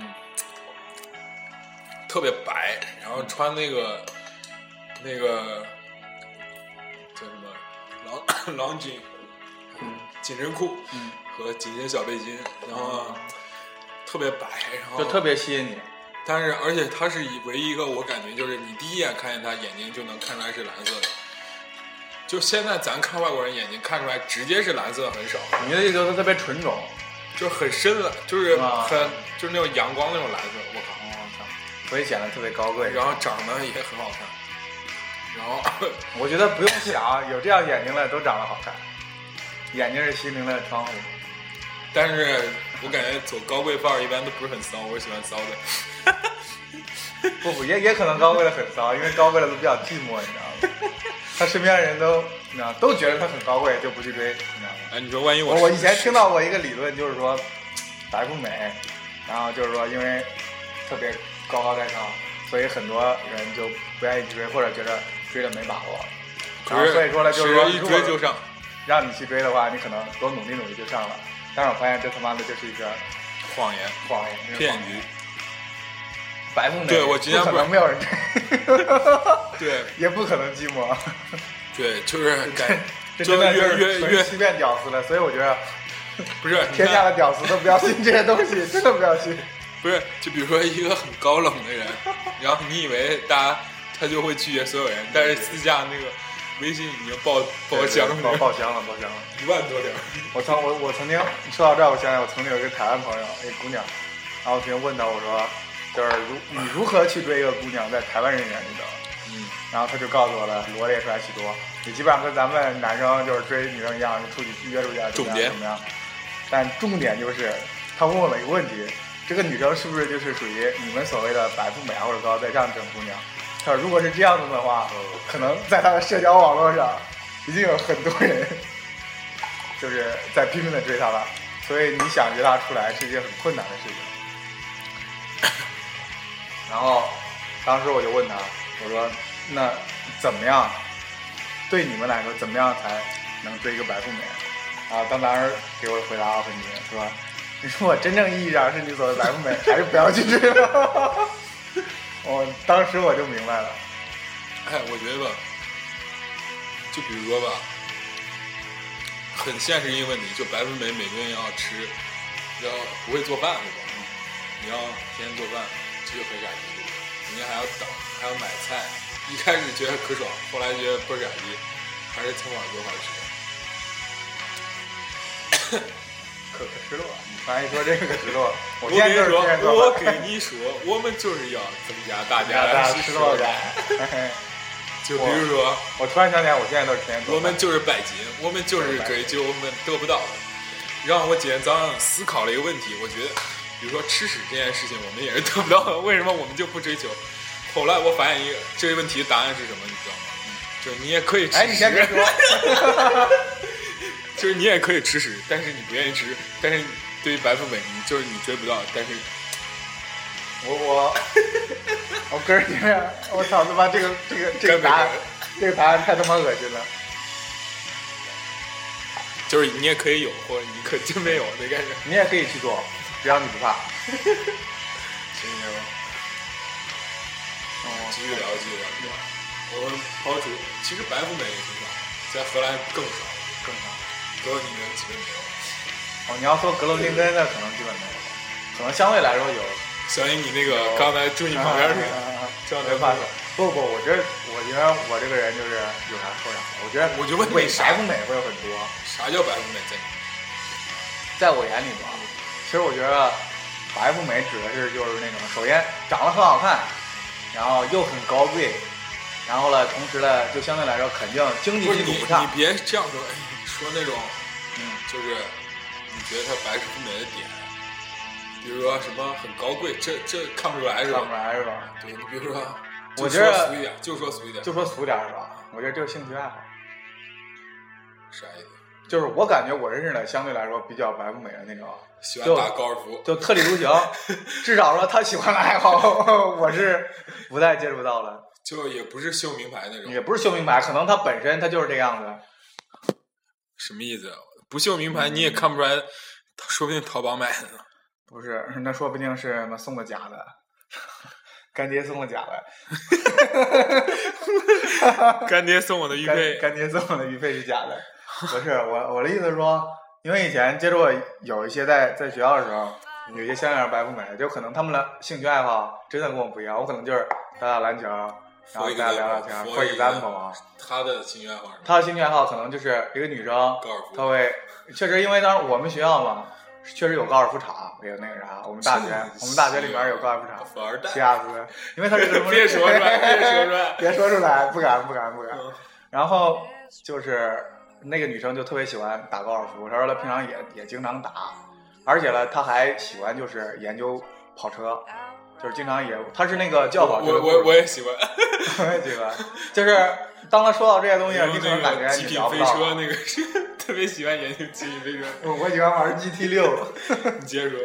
[SPEAKER 1] 特别白，然后穿那个那个叫什么狼 狼紧
[SPEAKER 2] 嗯
[SPEAKER 1] 紧身裤，
[SPEAKER 2] 嗯，
[SPEAKER 1] 和紧身小背心，然后特别白，然后
[SPEAKER 2] 就特别吸引你。
[SPEAKER 1] 但是而且它是以唯一一个我感觉就是你第一眼看见他眼睛就能看出来是蓝色的，就现在咱看外国人眼睛看出来直接是蓝色很少，
[SPEAKER 2] 你的意思就是特别纯种。哦
[SPEAKER 1] 就是很深蓝，就是
[SPEAKER 2] 啊
[SPEAKER 1] 很就是那种阳光那种蓝色，我靠，
[SPEAKER 2] 我操，我也显得特别高贵。
[SPEAKER 1] 然后长得也很好看，然后
[SPEAKER 2] 我觉得不用想，有这样眼睛的都长得好看。眼睛是心灵的窗户。
[SPEAKER 1] 但是我感觉走高贵范儿一般都不是很骚，我是喜欢骚的。
[SPEAKER 2] 不不，也也可能高贵的很骚，因为高贵的都比较寂寞，你知 道吗？他身边的人都，你知道，都觉得他很高贵，就不去追，你知道吗？
[SPEAKER 1] 哎，你说万一
[SPEAKER 2] 我
[SPEAKER 1] 是
[SPEAKER 2] 我以前听到过一个理论，就是说白富美，然后就是说因为特别高高在上，所以很多人就不愿意追，或者觉得追了没把握。
[SPEAKER 1] 可
[SPEAKER 2] 然后
[SPEAKER 1] 是
[SPEAKER 2] 啊所以说呢，就是说
[SPEAKER 1] 谁一追就
[SPEAKER 2] 如果
[SPEAKER 1] 上，
[SPEAKER 2] 让你去追的话，你可能多努力努力就上了。但是我发现这他妈的就是一个
[SPEAKER 1] 谎言
[SPEAKER 2] 谎言，这是
[SPEAKER 1] 骗
[SPEAKER 2] 谎言
[SPEAKER 1] 局。。
[SPEAKER 2] 白富美
[SPEAKER 1] 对我今天
[SPEAKER 2] 不可
[SPEAKER 1] 不
[SPEAKER 2] 能没有人追，
[SPEAKER 1] 对
[SPEAKER 2] 也不可能寂寞。
[SPEAKER 1] 对，就是感，
[SPEAKER 2] 这
[SPEAKER 1] 就
[SPEAKER 2] 真的
[SPEAKER 1] 越
[SPEAKER 2] 是
[SPEAKER 1] 越
[SPEAKER 2] 纯
[SPEAKER 1] 越
[SPEAKER 2] 欺骗屌丝了，所以我觉得
[SPEAKER 1] 不是
[SPEAKER 2] 天下
[SPEAKER 1] 你看
[SPEAKER 2] 的屌丝都不要信这些东 西，真的不要信。
[SPEAKER 1] 不是，就比如说一个很高冷的人，然后你以为大家他就会拒绝所有人，但是私下那个微信已经爆爆箱
[SPEAKER 2] 爆
[SPEAKER 1] 了，
[SPEAKER 2] 爆箱了，爆箱了。
[SPEAKER 1] 一万多点儿。
[SPEAKER 2] 我曾我我曾经说到这儿，我想想，我曾经有一个台湾朋友，一个姑娘，然后我曾经问她，我说，就是如你如何去追一个姑娘，在台湾人眼里的，
[SPEAKER 1] 嗯，
[SPEAKER 2] 然后她就告诉我了，罗列出来许多，你基本上跟咱们男生就是追女生一样，就出去约出去啊，怎么
[SPEAKER 1] 重
[SPEAKER 2] 样
[SPEAKER 1] 点
[SPEAKER 2] 怎么样。但重点就是，她问我了一个问题，这个女生是不是就是属于你们所谓的白富美啊或者高高在上这种姑娘？她说如果是这样子的话，可能在她的社交网络上已经有很多人就是在拼命的追她了，所以你想约她出来是一件很困难的事情。然后当时我就问她，我说那怎么样？对你们来说，怎么样才能追一个白富美？啊，当当时给我的回答很明，是吧？你说我真正意义上是你所谓白富美，还是不要去追了？ 我当时我就明白了，
[SPEAKER 1] 哎，我觉得吧，就比如说吧，很现实一个问题，就白富美每顿要吃，要不会做饭那种，你要天天做饭，这就很感激，人家还要等，还要买菜，一开始觉得可爽，后来觉得倍儿感激，还是从小做饭吃。
[SPEAKER 2] 可可失落。你刚才一说这个可失落，
[SPEAKER 1] 我
[SPEAKER 2] 我
[SPEAKER 1] 跟
[SPEAKER 2] 现在
[SPEAKER 1] 你
[SPEAKER 2] 就是
[SPEAKER 1] 说
[SPEAKER 2] 天天，做
[SPEAKER 1] 我
[SPEAKER 2] 饭
[SPEAKER 1] 给你说，我们就是要增加大
[SPEAKER 2] 让
[SPEAKER 1] 家
[SPEAKER 2] 大
[SPEAKER 1] 的
[SPEAKER 2] 家失落感。
[SPEAKER 1] 就比如说，
[SPEAKER 2] 我突然想起来，我现在都是天天做饭。
[SPEAKER 1] 我们就是拜金，我们就是给就我们得不到的。让我姐早上思考了一个问题，我觉得，比如说吃屎这件事情，我们也是得不到的，为什么我们就不追求？后来我发现一个这个问题的答案是什么，你知道吗？ 就是你也可以吃
[SPEAKER 2] 哎，你先别
[SPEAKER 1] 屎，
[SPEAKER 2] 说，
[SPEAKER 1] 就是你也可以吃屎，但是你不愿意吃，但是对于白富美，你就是你追不到，但是
[SPEAKER 2] 我我我哥儿你们，我操他妈这个这个这个答案
[SPEAKER 1] 根本，
[SPEAKER 2] 这个答案太他妈恶心了。
[SPEAKER 1] 就是你也可以有，或者你可真没有那感觉。
[SPEAKER 2] 你也可以去做，只要你不怕。
[SPEAKER 1] 行行，
[SPEAKER 2] 嗯
[SPEAKER 1] 继续聊，继续聊，继续聊。我们抛除，其实白富美也挺少，在荷兰更少，
[SPEAKER 2] 更好。
[SPEAKER 1] 格罗宁根基本没有。
[SPEAKER 2] 哦，你要说格罗宁根，那可能基本没有，可能相对来说有。啊
[SPEAKER 1] 小英，你那个
[SPEAKER 2] 哦
[SPEAKER 1] 刚才住你旁边那个，这样才
[SPEAKER 2] 没
[SPEAKER 1] 发
[SPEAKER 2] 办
[SPEAKER 1] 现
[SPEAKER 2] 法。不不，我觉得我觉得我这个人就是有啥说啥。我觉得
[SPEAKER 1] 我就问你
[SPEAKER 2] 美
[SPEAKER 1] 啥
[SPEAKER 2] 白不美会有很多，
[SPEAKER 1] 啥叫白富美？在你
[SPEAKER 2] 在我眼里吧，其实我觉得白富美指的是就是那种首先长得很好看，然后又很高贵，然后呢，同时呢，就相对来说肯定经济
[SPEAKER 1] 不是
[SPEAKER 2] 基
[SPEAKER 1] 你，你
[SPEAKER 2] 础不差。
[SPEAKER 1] 别这样说，哎说那种
[SPEAKER 2] 嗯，
[SPEAKER 1] 就是你觉得她白富美的点，比如说什么很高贵，这这看不出来是
[SPEAKER 2] 看不出
[SPEAKER 1] 吧？
[SPEAKER 2] 来是吧？
[SPEAKER 1] 对你比如说，
[SPEAKER 2] 我
[SPEAKER 1] 就
[SPEAKER 2] 觉
[SPEAKER 1] 说
[SPEAKER 2] 得
[SPEAKER 1] 俗一点，就说俗一点，
[SPEAKER 2] 就说俗点儿是吧？我觉得这是兴趣爱好。
[SPEAKER 1] 啥意思？
[SPEAKER 2] 就是我感觉我认识的相对来说比较白富美的那种，
[SPEAKER 1] 喜
[SPEAKER 2] 就
[SPEAKER 1] 欢打高尔夫，
[SPEAKER 2] 就特立独行，至少说他喜欢的爱好， 我是不太接触到的。
[SPEAKER 1] 就也不是秀名牌那种
[SPEAKER 2] 也。不是秀明牌，可能他本身他就是这样子。
[SPEAKER 1] 什么意思？啊不秀名牌
[SPEAKER 2] 嗯
[SPEAKER 1] 你也看不出来，说不定淘宝买的呢。
[SPEAKER 2] 不是，那说不定是什么送的假的， 干爹送的假的，
[SPEAKER 1] 干爹送我的玉
[SPEAKER 2] 干
[SPEAKER 1] 佩，
[SPEAKER 2] 干爹送的鱼费是假的。不是我我的意思是说，因为以前接触过有一些在在学校的时候，有一些相对来说白富美，就可能他们的兴趣爱好真的跟我不一样，我可能就是打打篮球，然后
[SPEAKER 1] For
[SPEAKER 2] 大家聊聊天
[SPEAKER 1] example，
[SPEAKER 2] ，for
[SPEAKER 1] for
[SPEAKER 2] example 啊。
[SPEAKER 1] 他的兴趣爱好是
[SPEAKER 2] 她的兴趣爱好可能就是一个女生，
[SPEAKER 1] 高尔夫
[SPEAKER 2] 她会确实因为当时我们学校嘛，确实有高尔夫场，也有那个啥，我们大学我们大学里面有高尔夫场，啊
[SPEAKER 1] 富二代
[SPEAKER 2] 西。雅图，因为她是什 么？
[SPEAKER 1] 别说出 来，别说出来。
[SPEAKER 2] 别说出来，不敢不敢不敢。
[SPEAKER 1] 嗯
[SPEAKER 2] 然后就是那个女生就特别喜欢打高尔夫，她说她平常也也经常打，而且呢，她还喜欢就是研究跑车，就是经常也，她是那个轿跑俱
[SPEAKER 1] 我
[SPEAKER 2] 乐部
[SPEAKER 1] 我我也喜欢，
[SPEAKER 2] 对吧？就是当他说到这些东西，你可
[SPEAKER 1] 那
[SPEAKER 2] 能感
[SPEAKER 1] 个
[SPEAKER 2] 觉
[SPEAKER 1] 极
[SPEAKER 2] 你
[SPEAKER 1] 品
[SPEAKER 2] 聊不
[SPEAKER 1] 飞
[SPEAKER 2] 到。啊
[SPEAKER 1] 车那个是特别喜欢研究极品飞 车。
[SPEAKER 2] 我我喜欢玩 GT 六，
[SPEAKER 1] 你接着说，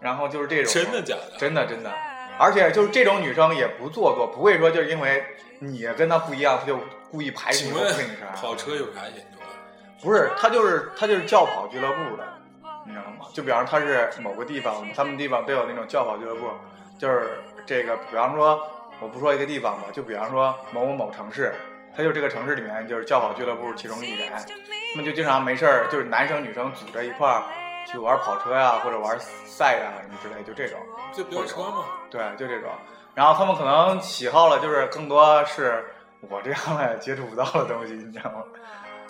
[SPEAKER 2] 然后哎就是这种
[SPEAKER 1] 真的假的？
[SPEAKER 2] 真的真的，而且就是这种女生也不做作，不会说就是因为你跟她不一样，她就故意排斥
[SPEAKER 1] 请
[SPEAKER 2] 你或
[SPEAKER 1] 问
[SPEAKER 2] 不跟你啥。
[SPEAKER 1] 跑车有啥研究啊？
[SPEAKER 2] 不是，她就是她就是轿跑俱乐部的，你知道吗？就比方说她是某个地方，他们地方都有那种轿跑俱乐部，就是这个，比方说我不说一个地方吧，就比方说某某某城市，她就是这个城市里面就是轿跑俱乐部其中一员，他们就经常没事儿，就是男生女生组着一块儿去玩跑车呀、或者玩赛呀、什么之类，就这种，
[SPEAKER 1] 就飙车嘛。
[SPEAKER 2] 对，就这种。然后他们可能喜好了，就是更多是我这样的接触不到的东西，你知道吗？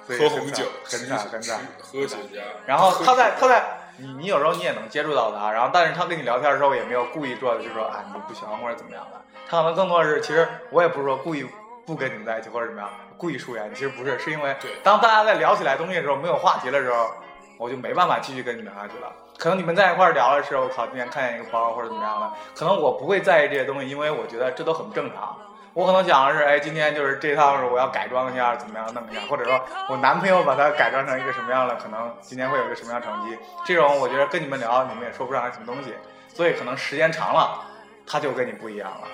[SPEAKER 2] 所以
[SPEAKER 1] 喝
[SPEAKER 2] 很
[SPEAKER 1] 红
[SPEAKER 2] 惨
[SPEAKER 1] 酒，
[SPEAKER 2] 很惨很惨。
[SPEAKER 1] 吃喝酒家。
[SPEAKER 2] 然后他在
[SPEAKER 1] 喝
[SPEAKER 2] 他在你你有时候你也能接触到他，然后但是他跟你聊天的时候也没有故意说就说啊你不行或者怎么样的，他可能更多的是其实我也不是说故意不跟你们在一起或者怎么样，故意疏远，其实不是，是因为
[SPEAKER 1] 对
[SPEAKER 2] 当大家在聊起来东西的时候没有话题的时候，我就没办法继续跟你聊下去了。可能你们在一块儿聊的时候，我靠，今天看见一个包或者怎么样的，可能我不会在意这些东西，因为我觉得这都很正常。我可能想的是，哎，今天就是这趟是我要改装一下，怎么样弄一下，或者说我男朋友把它改装成一个什么样的，可能今天会有一个什么样成绩。这种我觉得跟你们聊，你们也说不上来什么东西，所以可能时间长了，他就跟你不一样了。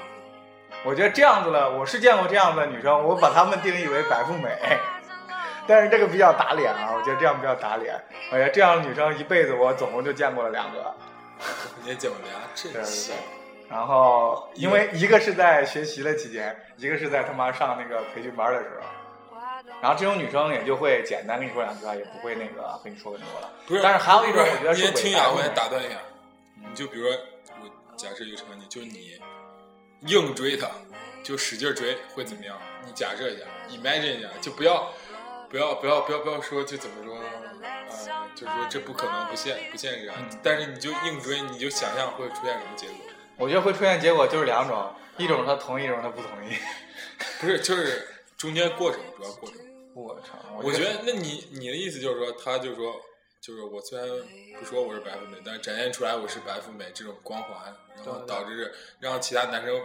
[SPEAKER 2] 我觉得这样子的，我是见过这样子的女生，我把她们定义为白富美， 哎但是这个比较打脸啊，我觉得这样比较打脸。
[SPEAKER 1] 哎
[SPEAKER 2] 我哎觉得这样的女生一辈子我总共就见过了两个，
[SPEAKER 1] 你也见过俩，真是
[SPEAKER 2] 对。然后因为一个是在学习的期间，一个是在他妈上那个培训班的时候。然后这种女生也就会简单跟你说两句啊，也不会那个跟你说更多了。
[SPEAKER 1] 不是，
[SPEAKER 2] 但是还有一种
[SPEAKER 1] 不是
[SPEAKER 2] 我觉得是
[SPEAKER 1] 你
[SPEAKER 2] 伪
[SPEAKER 1] 听一
[SPEAKER 2] 白
[SPEAKER 1] 下，
[SPEAKER 2] 富
[SPEAKER 1] 我
[SPEAKER 2] 美
[SPEAKER 1] 先打断一下。你就比如说，我假设一个场景，就是你硬追她，就使劲追，会怎么样？你假设一下，imagine 一下，就不要，不要，不要，不要，不要说就怎么说，呃，就是说这不可能，不现不现实啊。
[SPEAKER 2] 嗯
[SPEAKER 1] 但是你就硬追，你就想象会出现什么结果？
[SPEAKER 2] 我觉得会出现结果就是两种，一种她同意，一种她不同意。
[SPEAKER 1] 不是，就是中间过程，主要过程。
[SPEAKER 2] 我操！
[SPEAKER 1] 我觉得，那你你的意思就是说，他就说，就是我虽然不说我是白富美，但是展现出来我是白富美这种光环，然后
[SPEAKER 2] 对对
[SPEAKER 1] 导致让其他男生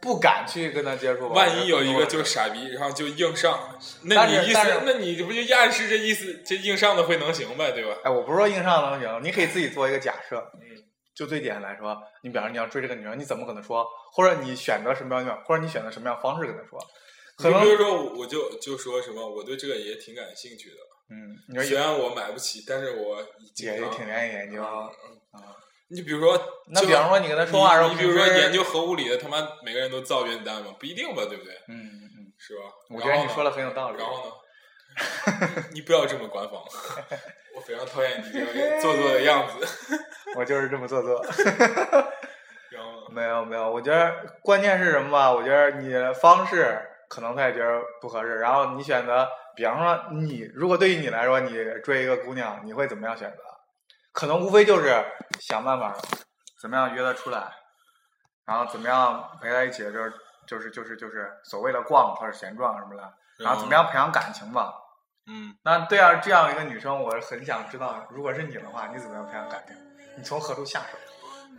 [SPEAKER 2] 不敢去跟他接触吧。
[SPEAKER 1] 万一有一个就是
[SPEAKER 2] 是
[SPEAKER 1] 傻逼，然后就硬上，那
[SPEAKER 2] 但
[SPEAKER 1] 你
[SPEAKER 2] 是
[SPEAKER 1] 意思
[SPEAKER 2] 但是，
[SPEAKER 1] 那你不就暗示这意思，这硬上的会能行呗，对吧？
[SPEAKER 2] 哎，我不是说硬上能行，你可以自己做一个假设。
[SPEAKER 1] 嗯，
[SPEAKER 2] 就最简单来说，你比方说你要追这个女生，你怎么可能说？或者你选择什么样的，或者你选择什么样的方式跟她说？可
[SPEAKER 1] 你
[SPEAKER 2] 能
[SPEAKER 1] 比如说，我我就就说什么，我对这个也挺感兴趣的，
[SPEAKER 2] 嗯，你说
[SPEAKER 1] 虽
[SPEAKER 2] 也
[SPEAKER 1] 然我买不起，但是我经
[SPEAKER 2] 也
[SPEAKER 1] 常
[SPEAKER 2] 挺愿意研究。
[SPEAKER 1] 嗯
[SPEAKER 2] 啊
[SPEAKER 1] 你比如说，
[SPEAKER 2] 那
[SPEAKER 1] 就
[SPEAKER 2] 比方说你跟她说话的时
[SPEAKER 1] 你
[SPEAKER 2] 候，
[SPEAKER 1] 你比如说
[SPEAKER 2] 平时
[SPEAKER 1] 研究，核物理的，他妈每个人都造原单吗？不一定吧，对不对？
[SPEAKER 2] 嗯嗯，
[SPEAKER 1] 是吧？
[SPEAKER 2] 我觉得你说
[SPEAKER 1] 了。
[SPEAKER 2] 的很有道理。
[SPEAKER 1] 然后呢？ 你不要这么官方，我非常讨厌你这个做作的样子。
[SPEAKER 2] 我就是这么做作。
[SPEAKER 1] 然后呢？
[SPEAKER 2] 没有没有，我觉得关键是什么吧？我觉得你的方式可能他也觉得不合适，然后你选择，比方说你如果对于你来说，你追一个姑娘，你会怎么样选择？可能无非就是想办法怎么样约她出来，然后怎么样陪她一起，就是就是就是就是所谓的逛或者闲逛什么的，然后怎么？样培养感情吧。
[SPEAKER 1] 嗯，
[SPEAKER 2] 那对啊，这样一个女生，我很想知道，如果是你的话，你怎么样培养感情？你从何处下手？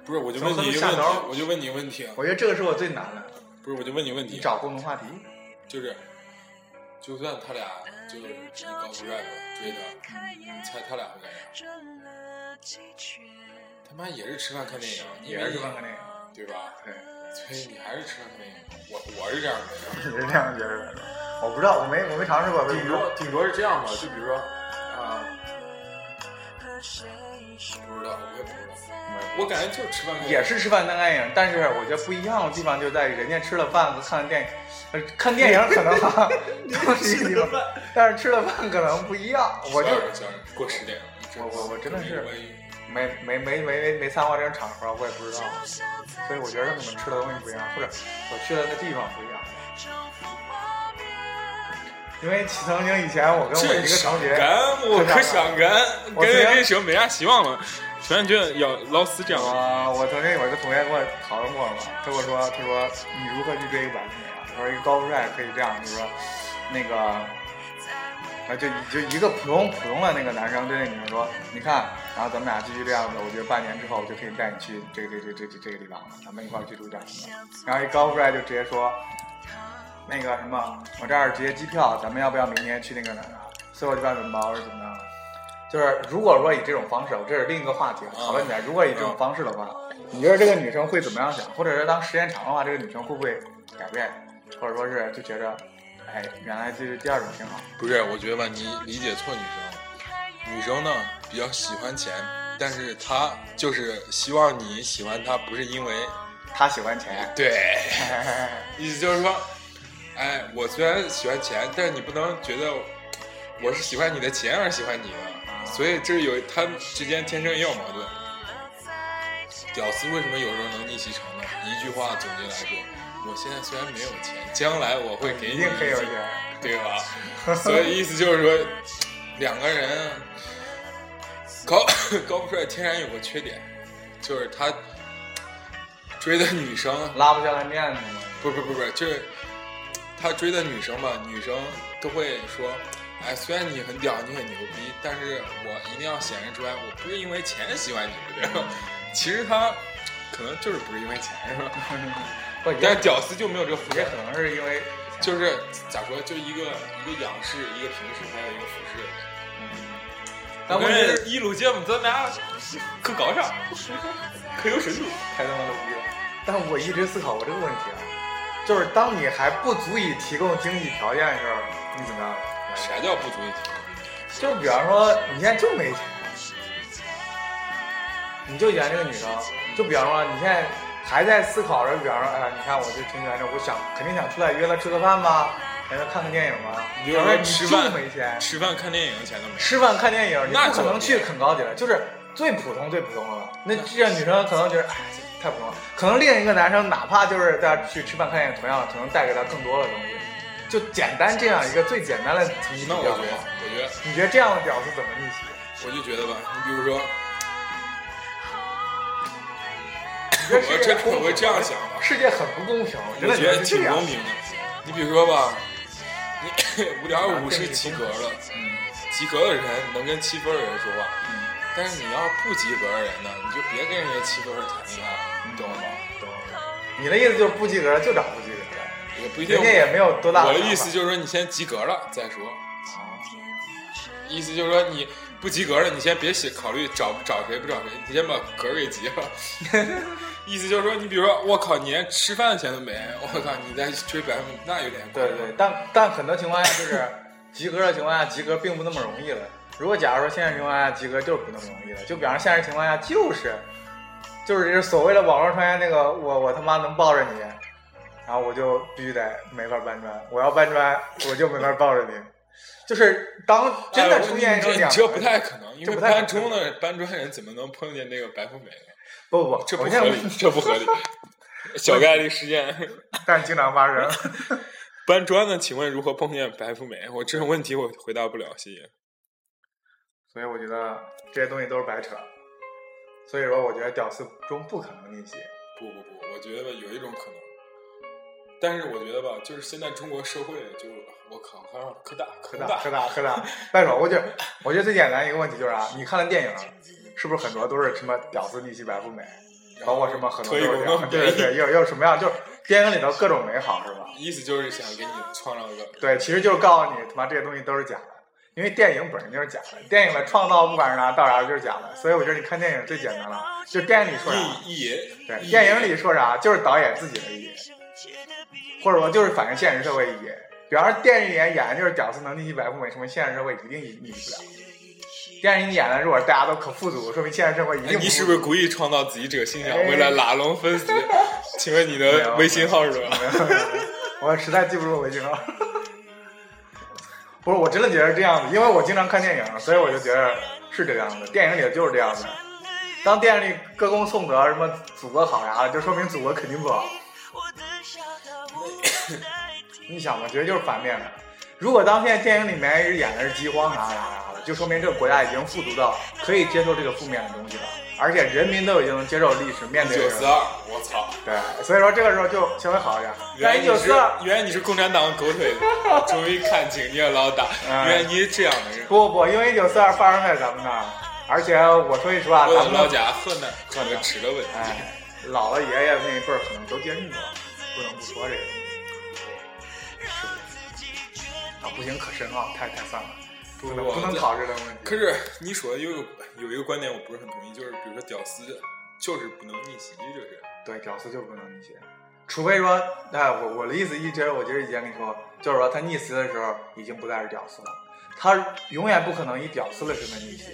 [SPEAKER 1] 不是，我就问你一个问
[SPEAKER 2] 从下
[SPEAKER 1] 题
[SPEAKER 2] 头，
[SPEAKER 1] 我就问你一个问题啊，
[SPEAKER 2] 我觉得这个是我最难的，
[SPEAKER 1] 不是，我就问你一个问
[SPEAKER 2] 你
[SPEAKER 1] 题，
[SPEAKER 2] 找共同话题。
[SPEAKER 1] 就是，就算他俩就是你搞不 rap 追他，你猜他俩会干啥？他妈也是吃饭看电影，
[SPEAKER 2] 也是看看电影，
[SPEAKER 1] 影，对吧？
[SPEAKER 2] 对，
[SPEAKER 1] 所以你还是吃饭看电影，我我是这样的人。
[SPEAKER 2] 也是这样觉得。我不知道，我没我没尝试过，
[SPEAKER 1] 顶多顶多是这样吧，就比如说，啊，不知道，我也不知道，我感觉就是吃饭
[SPEAKER 2] 也是吃饭看电影，但是我觉得不一样的地方就在于人家吃了饭和看了电影，呃看电影可能哈都是一个地方，但是吃了饭可能不一样。我就
[SPEAKER 1] 想过十点，
[SPEAKER 2] 哎
[SPEAKER 1] 啊
[SPEAKER 2] 我我我真的是没没没没没没参加过这种场合，我也不知道，所以我觉得可能吃的东西不一样，或者我去的那地方不一样。因为曾经以前我跟我一
[SPEAKER 1] 这
[SPEAKER 2] 个
[SPEAKER 1] 伤
[SPEAKER 2] 同学，
[SPEAKER 1] 感，我可伤感，
[SPEAKER 2] 我
[SPEAKER 1] 跟
[SPEAKER 2] 觉得
[SPEAKER 1] 这什么没啥希望了，突然觉得要老死这样了。
[SPEAKER 2] 啊，我曾经有一个同学跟我讨论过嘛，他跟我说，他说你如何去追一个白富美啊？我说一个高富帅可以这样，就是说那个啊，就就一个普通普通的那个男生对那女生说，你看，然后咱们俩继续这样子，我觉得半年之后我就可以带你去这个这个这个这个这个地方了，咱们一块儿去度假什么的。然后一高富帅就直接说，那个什么，我这儿直接机票，咱们要不要明天去那个哪儿啊？所以我就问怎么办，我说怎么样了？就是如果说以这种方式，我这是另一个话题啊，讨论起来，如果以这种方式的话，你觉得这个女生会怎么样想？或者是当时间长的话，这个女生会不会改变，或者说是就觉着，哎，原来这是第二种挺好。
[SPEAKER 1] 不是，我觉得吧，你理解错女生了。女生呢比较喜欢钱，但是她就是希望你喜欢她，不是因为
[SPEAKER 2] 她喜欢钱，
[SPEAKER 1] 对，
[SPEAKER 2] 哎
[SPEAKER 1] 意思就是说，哎，我虽然喜欢钱，但是你不能觉得我是喜欢你的钱而喜欢你的，所以这是有他们之间天生也有矛盾。屌丝为什么有时候能逆袭成呢？一句话总结来说，我现在虽然没有钱，将来我会给
[SPEAKER 2] 一
[SPEAKER 1] 你
[SPEAKER 2] 定可以有
[SPEAKER 1] 一些
[SPEAKER 2] 钱。
[SPEAKER 1] 对 吧？所以意思就是说，两个人高 高富帅天然有个缺点，就是他追的女生
[SPEAKER 2] 拉不下来面子嘛。
[SPEAKER 1] 不不不不，就是他追的女生吧，女生都会说，哎，虽然你很屌，你很牛逼，但是我一定要显示出来，我不是因为钱喜欢你这个人。其实他可能就是不是因为钱，是吧？
[SPEAKER 2] 不也
[SPEAKER 1] 但是屌丝就没有这个福
[SPEAKER 2] 也
[SPEAKER 1] 分，
[SPEAKER 2] 可能是因为
[SPEAKER 1] 就是咋说，就一个一个仰视，一个平视，还有一个俯视。
[SPEAKER 2] 但问题是
[SPEAKER 1] 伊鲁杰姆咱俩可搞上，可有深度。
[SPEAKER 2] 太他妈牛逼了。但我一直思考过这个问题啊，就是当你还不足以提供经济条件的时候，你怎么样？
[SPEAKER 1] 啥叫不足以提供？
[SPEAKER 2] 就是比方说，你现在就没钱，你就演这个女生，就比方说你现在还在思考着，比方说，哎呀，你看我就挺喜欢这，我想肯定想出来约她吃个饭吧，然后看看电影吧。
[SPEAKER 1] 你
[SPEAKER 2] 然
[SPEAKER 1] 就
[SPEAKER 2] 后
[SPEAKER 1] 说
[SPEAKER 2] 你
[SPEAKER 1] 吃
[SPEAKER 2] 就
[SPEAKER 1] 饭
[SPEAKER 2] 没钱，
[SPEAKER 1] 吃饭看电影钱都没有。
[SPEAKER 2] 吃饭看电影，你
[SPEAKER 1] 那
[SPEAKER 2] 不可
[SPEAKER 1] 就
[SPEAKER 2] 能去很高级的，就是最普通最普通的了。那这样女生可能觉得，哎，这太普通了。可能另一个男生哪怕就是在去吃饭看电影，同样可能带给她更多的东西。就简单这样一个最简单的层级比
[SPEAKER 1] 那
[SPEAKER 2] 较
[SPEAKER 1] 我
[SPEAKER 2] 好
[SPEAKER 1] 觉。得，我觉得
[SPEAKER 2] 你觉得这样的屌丝怎么逆袭？
[SPEAKER 1] 我就觉得吧，你比如说，
[SPEAKER 2] 这
[SPEAKER 1] 我这样我这样想 吧，
[SPEAKER 2] 世界很不公平，真
[SPEAKER 1] 我
[SPEAKER 2] 的
[SPEAKER 1] 觉得
[SPEAKER 2] 是
[SPEAKER 1] 挺
[SPEAKER 2] 这样
[SPEAKER 1] 公。平的。你比如说吧，你 五点五是及格了，
[SPEAKER 2] 嗯
[SPEAKER 1] 及格的人能跟七分的人说话，
[SPEAKER 2] 嗯，
[SPEAKER 1] 但是你要不及格的人呢，你就别跟人家七分的谈恋爱，你懂了吗？
[SPEAKER 2] 懂了。你的意思就是不及格就找不及格的，
[SPEAKER 1] 也不一定。
[SPEAKER 2] 人家也没有多大。
[SPEAKER 1] 我的意思，就是说，你先及格了再说。意思就是说，你不及格了，你先别写考虑找不找谁不找谁，你先把格儿给及了。 意思就是说，你比如说，我靠，你连吃饭的钱都没，我靠，你再追白富美，那有点
[SPEAKER 2] 对对，但但很多情况下就是及格的情况下，及格并不那么容易了。如果假如说现实情况下及格就是不那么容易了，就比方说现实情况下就是就是这所谓的网络传言那个我我他妈能抱着你，然后我就必须得没法搬砖，我要搬砖我就没法抱着你，就是当真的出
[SPEAKER 1] 哎
[SPEAKER 2] 现一
[SPEAKER 1] 我
[SPEAKER 2] 种
[SPEAKER 1] 你这
[SPEAKER 2] 两
[SPEAKER 1] 你这
[SPEAKER 2] 个
[SPEAKER 1] 不太可能，因
[SPEAKER 2] 这
[SPEAKER 1] 为
[SPEAKER 2] 不太可
[SPEAKER 1] 搬
[SPEAKER 2] 能
[SPEAKER 1] 中的搬砖人怎么能碰见那个白富美呢？
[SPEAKER 2] 不不不，
[SPEAKER 1] 这不
[SPEAKER 2] 我
[SPEAKER 1] 合
[SPEAKER 2] 现
[SPEAKER 1] 理
[SPEAKER 2] 在，
[SPEAKER 1] 这不合理。小概率事件，
[SPEAKER 2] 但是经常发生。
[SPEAKER 1] 搬砖的，请问如何碰见白富美？我这种问题我回答不了，谢谢。
[SPEAKER 2] 所以我觉得这些东西都是白扯。所以说，我觉得屌丝中不可能逆袭。
[SPEAKER 1] 不不不，我觉得吧，有一种可能，但是我觉得吧，就是现在中国社会就我靠，好像可大可
[SPEAKER 2] 可大可大可大！再说，我觉得 我觉得最简单一个问题就是啊，你看的电影是不是很多都是什么屌丝逆袭白富美，包括什么很多
[SPEAKER 1] 推
[SPEAKER 2] 都是
[SPEAKER 1] 广
[SPEAKER 2] 这样，
[SPEAKER 1] 告
[SPEAKER 2] 对对对，又又什么样，就是电影里头各种美好，是吧？
[SPEAKER 1] 意思就是想给你创造一个
[SPEAKER 2] 对，其实就是告诉你，他妈这些东西都是假的，因为电影本身就是假的，电影的创造不管是哪到啥就是假的，所以我觉得你看电影最简单了，就电影里说啥，
[SPEAKER 1] 意意淫，
[SPEAKER 2] 对，
[SPEAKER 1] 意淫
[SPEAKER 2] 电影里说啥就是导演自己的意义，或者说就是反映现实社会意义。比方说电影里演的就是屌丝能逆袭白富美，说明现实社会一定逆袭不了。电影里演的如果大家都可富足，说明现实社会一
[SPEAKER 1] 哎
[SPEAKER 2] 定
[SPEAKER 1] 你是
[SPEAKER 2] 富
[SPEAKER 1] 不
[SPEAKER 2] 足
[SPEAKER 1] 是故意创造自己这个形象，
[SPEAKER 2] 哎
[SPEAKER 1] 为了拉拢粉 丝？请问你
[SPEAKER 2] 没有
[SPEAKER 1] 的微信号是什么？
[SPEAKER 2] 我实在记不住我微信号。不是，我真的觉得是这样子，因为我经常看电影，所以我就觉得是这个样子。电影里就是这样子。当电影里歌功颂德什么祖国好啥的，就说明祖国肯定不好。 你想吧，觉得就是反面的。如果当现在电影里面一直演的是饥荒啊啥啥啥的，就说明这个国家已经富足到可以接受这个负面的东西了，而且人民都已经接受历史面对这
[SPEAKER 1] 九
[SPEAKER 2] 个
[SPEAKER 1] 四二，我操！
[SPEAKER 2] 对，所以说这个时候就稍微好一点。
[SPEAKER 1] 原
[SPEAKER 2] 但
[SPEAKER 1] 来
[SPEAKER 2] 一九
[SPEAKER 1] 你
[SPEAKER 2] 四
[SPEAKER 1] 是
[SPEAKER 2] 二，
[SPEAKER 1] 原来你是共产党狗 腿子，终于看清你也老大，
[SPEAKER 2] 嗯
[SPEAKER 1] 原来你是这样的人。
[SPEAKER 2] 不不，因为一九四二发生在咱们那儿，而且我说句实话，
[SPEAKER 1] 我
[SPEAKER 2] 咱
[SPEAKER 1] 的
[SPEAKER 2] 们
[SPEAKER 1] 老
[SPEAKER 2] 的
[SPEAKER 1] 家河南，河南吃的问题。
[SPEAKER 2] 哎，姥姥爷爷那一辈儿可能都接触过，不能不说这个。啊，不行，可深奥，太太算了，不能
[SPEAKER 1] 不
[SPEAKER 2] 不能
[SPEAKER 1] 这
[SPEAKER 2] 考这个问
[SPEAKER 1] 可
[SPEAKER 2] 题。
[SPEAKER 1] 是你说的有一个有一个观点，我不是很同意，就是比如说屌丝就是不能逆袭，就是
[SPEAKER 2] 对，屌丝就是不能逆袭，除非说，哎，我我的意思一直我就是以前跟你说，就是说他逆袭的时候已经不再是屌丝了，他永远不可能以屌丝的身份逆袭，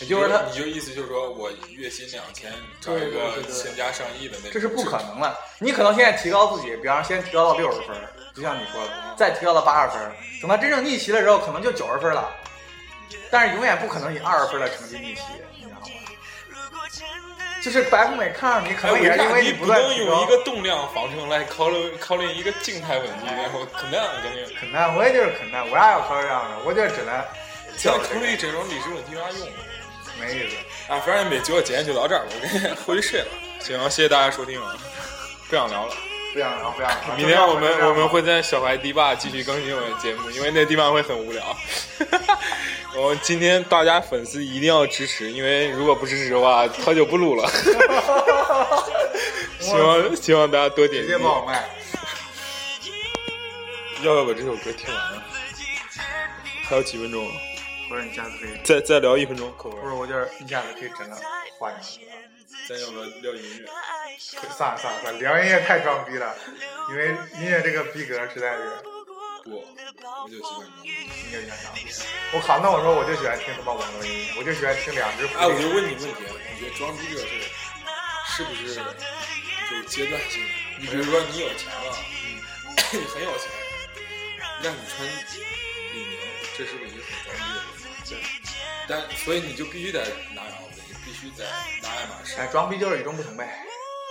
[SPEAKER 2] 也就是说他
[SPEAKER 1] 你就意思就是说我月薪两千，找一
[SPEAKER 2] 对对
[SPEAKER 1] 个
[SPEAKER 2] 对对
[SPEAKER 1] 身家上亿的那种，
[SPEAKER 2] 这是不可能的。你可能现在提高自己，比方说先提高到六十分儿，就像你说的，再提高到八十分儿，等到真正逆袭的时候，可能就九十分儿了。但是永远不可能以二十分儿的成绩逆袭，你知道吗？就是白富美看上你，可
[SPEAKER 1] 哎。
[SPEAKER 2] 能也是因
[SPEAKER 1] 为
[SPEAKER 2] 为
[SPEAKER 1] 你
[SPEAKER 2] 不
[SPEAKER 1] 不
[SPEAKER 2] 断
[SPEAKER 1] 能
[SPEAKER 2] 提
[SPEAKER 1] 用
[SPEAKER 2] 高
[SPEAKER 1] 哎一。个动量防城来考虑考虑一个静态稳定，然后可能肯 定，
[SPEAKER 2] 肯南，我也就是肯南，我也要考这样的，我就是只能
[SPEAKER 1] 想考虑这种理智问题有啥用啊？
[SPEAKER 2] 没意思。
[SPEAKER 1] 啊，反 正每集我今天就到这儿，我给你回去睡了。行，谢谢大家收听啊，不想聊了。
[SPEAKER 2] 不想聊，不想聊。
[SPEAKER 1] 明天我
[SPEAKER 2] 就这
[SPEAKER 1] 们
[SPEAKER 2] 样
[SPEAKER 1] 我们会在小白堤坝继续更新我们的节目，因为那地方会很无聊。 我们今天大家粉丝一定要支持，因为如果不支持的话，他就不录了。希望希望大家多点
[SPEAKER 2] 直
[SPEAKER 1] 击
[SPEAKER 2] 接。帮我卖。
[SPEAKER 1] 要不要把这首歌听完了？还有几分钟，
[SPEAKER 2] 不是你下次可以，
[SPEAKER 1] 再再聊一分钟口
[SPEAKER 2] 不是
[SPEAKER 1] 味。
[SPEAKER 2] 我就是你下次可以真的 换一个。
[SPEAKER 1] 咱要不要聊音乐？
[SPEAKER 2] 算了算了算了，聊音乐太装逼了，因为音乐这个逼格实在是
[SPEAKER 1] 不，我就几分钟。
[SPEAKER 2] 音乐有点装逼。我靠，那我说我就喜欢听他妈网络音乐，我就喜欢听两只狐狸。
[SPEAKER 1] 哎，我就问你问题，你觉得装逼这个事是不是有阶段性的？你比如说你有钱了，你很有钱，让你穿李宁，这是不是一个很装逼的人？对。但所以你就必须得拿劳力，你必须得拿爱马仕。
[SPEAKER 2] 哎，装逼就是与众不同呗。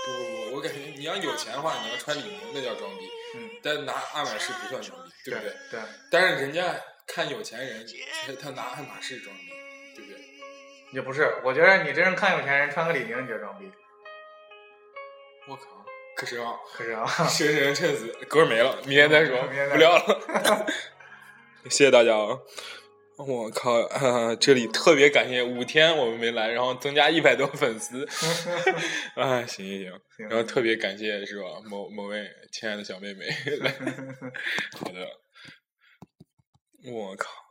[SPEAKER 1] 不不不，我感觉你要有钱的话，你要穿李宁那叫装逼，
[SPEAKER 2] 嗯，
[SPEAKER 1] 但拿爱马仕不算装逼，对
[SPEAKER 2] 对
[SPEAKER 1] 不对？
[SPEAKER 2] 对，
[SPEAKER 1] 但是人家看有钱人，他拿爱马仕装逼，对不对？
[SPEAKER 2] 也不是，我觉得你真正看有钱人穿个李宁，你觉得装逼？
[SPEAKER 1] 我靠，可是啊。
[SPEAKER 2] 可是啊，
[SPEAKER 1] 深深趁死，歌儿没了，明天再说
[SPEAKER 2] 明天
[SPEAKER 1] 不
[SPEAKER 2] 再说，
[SPEAKER 1] 聊了。 谢谢大家啊！我靠、呃，这里特别感谢五天我们没来，然后增加一百多粉 丝，啊，行行行，
[SPEAKER 2] 行
[SPEAKER 1] 然后特别感谢是吧？某某位 亲爱的小妹妹，来，好的，我靠。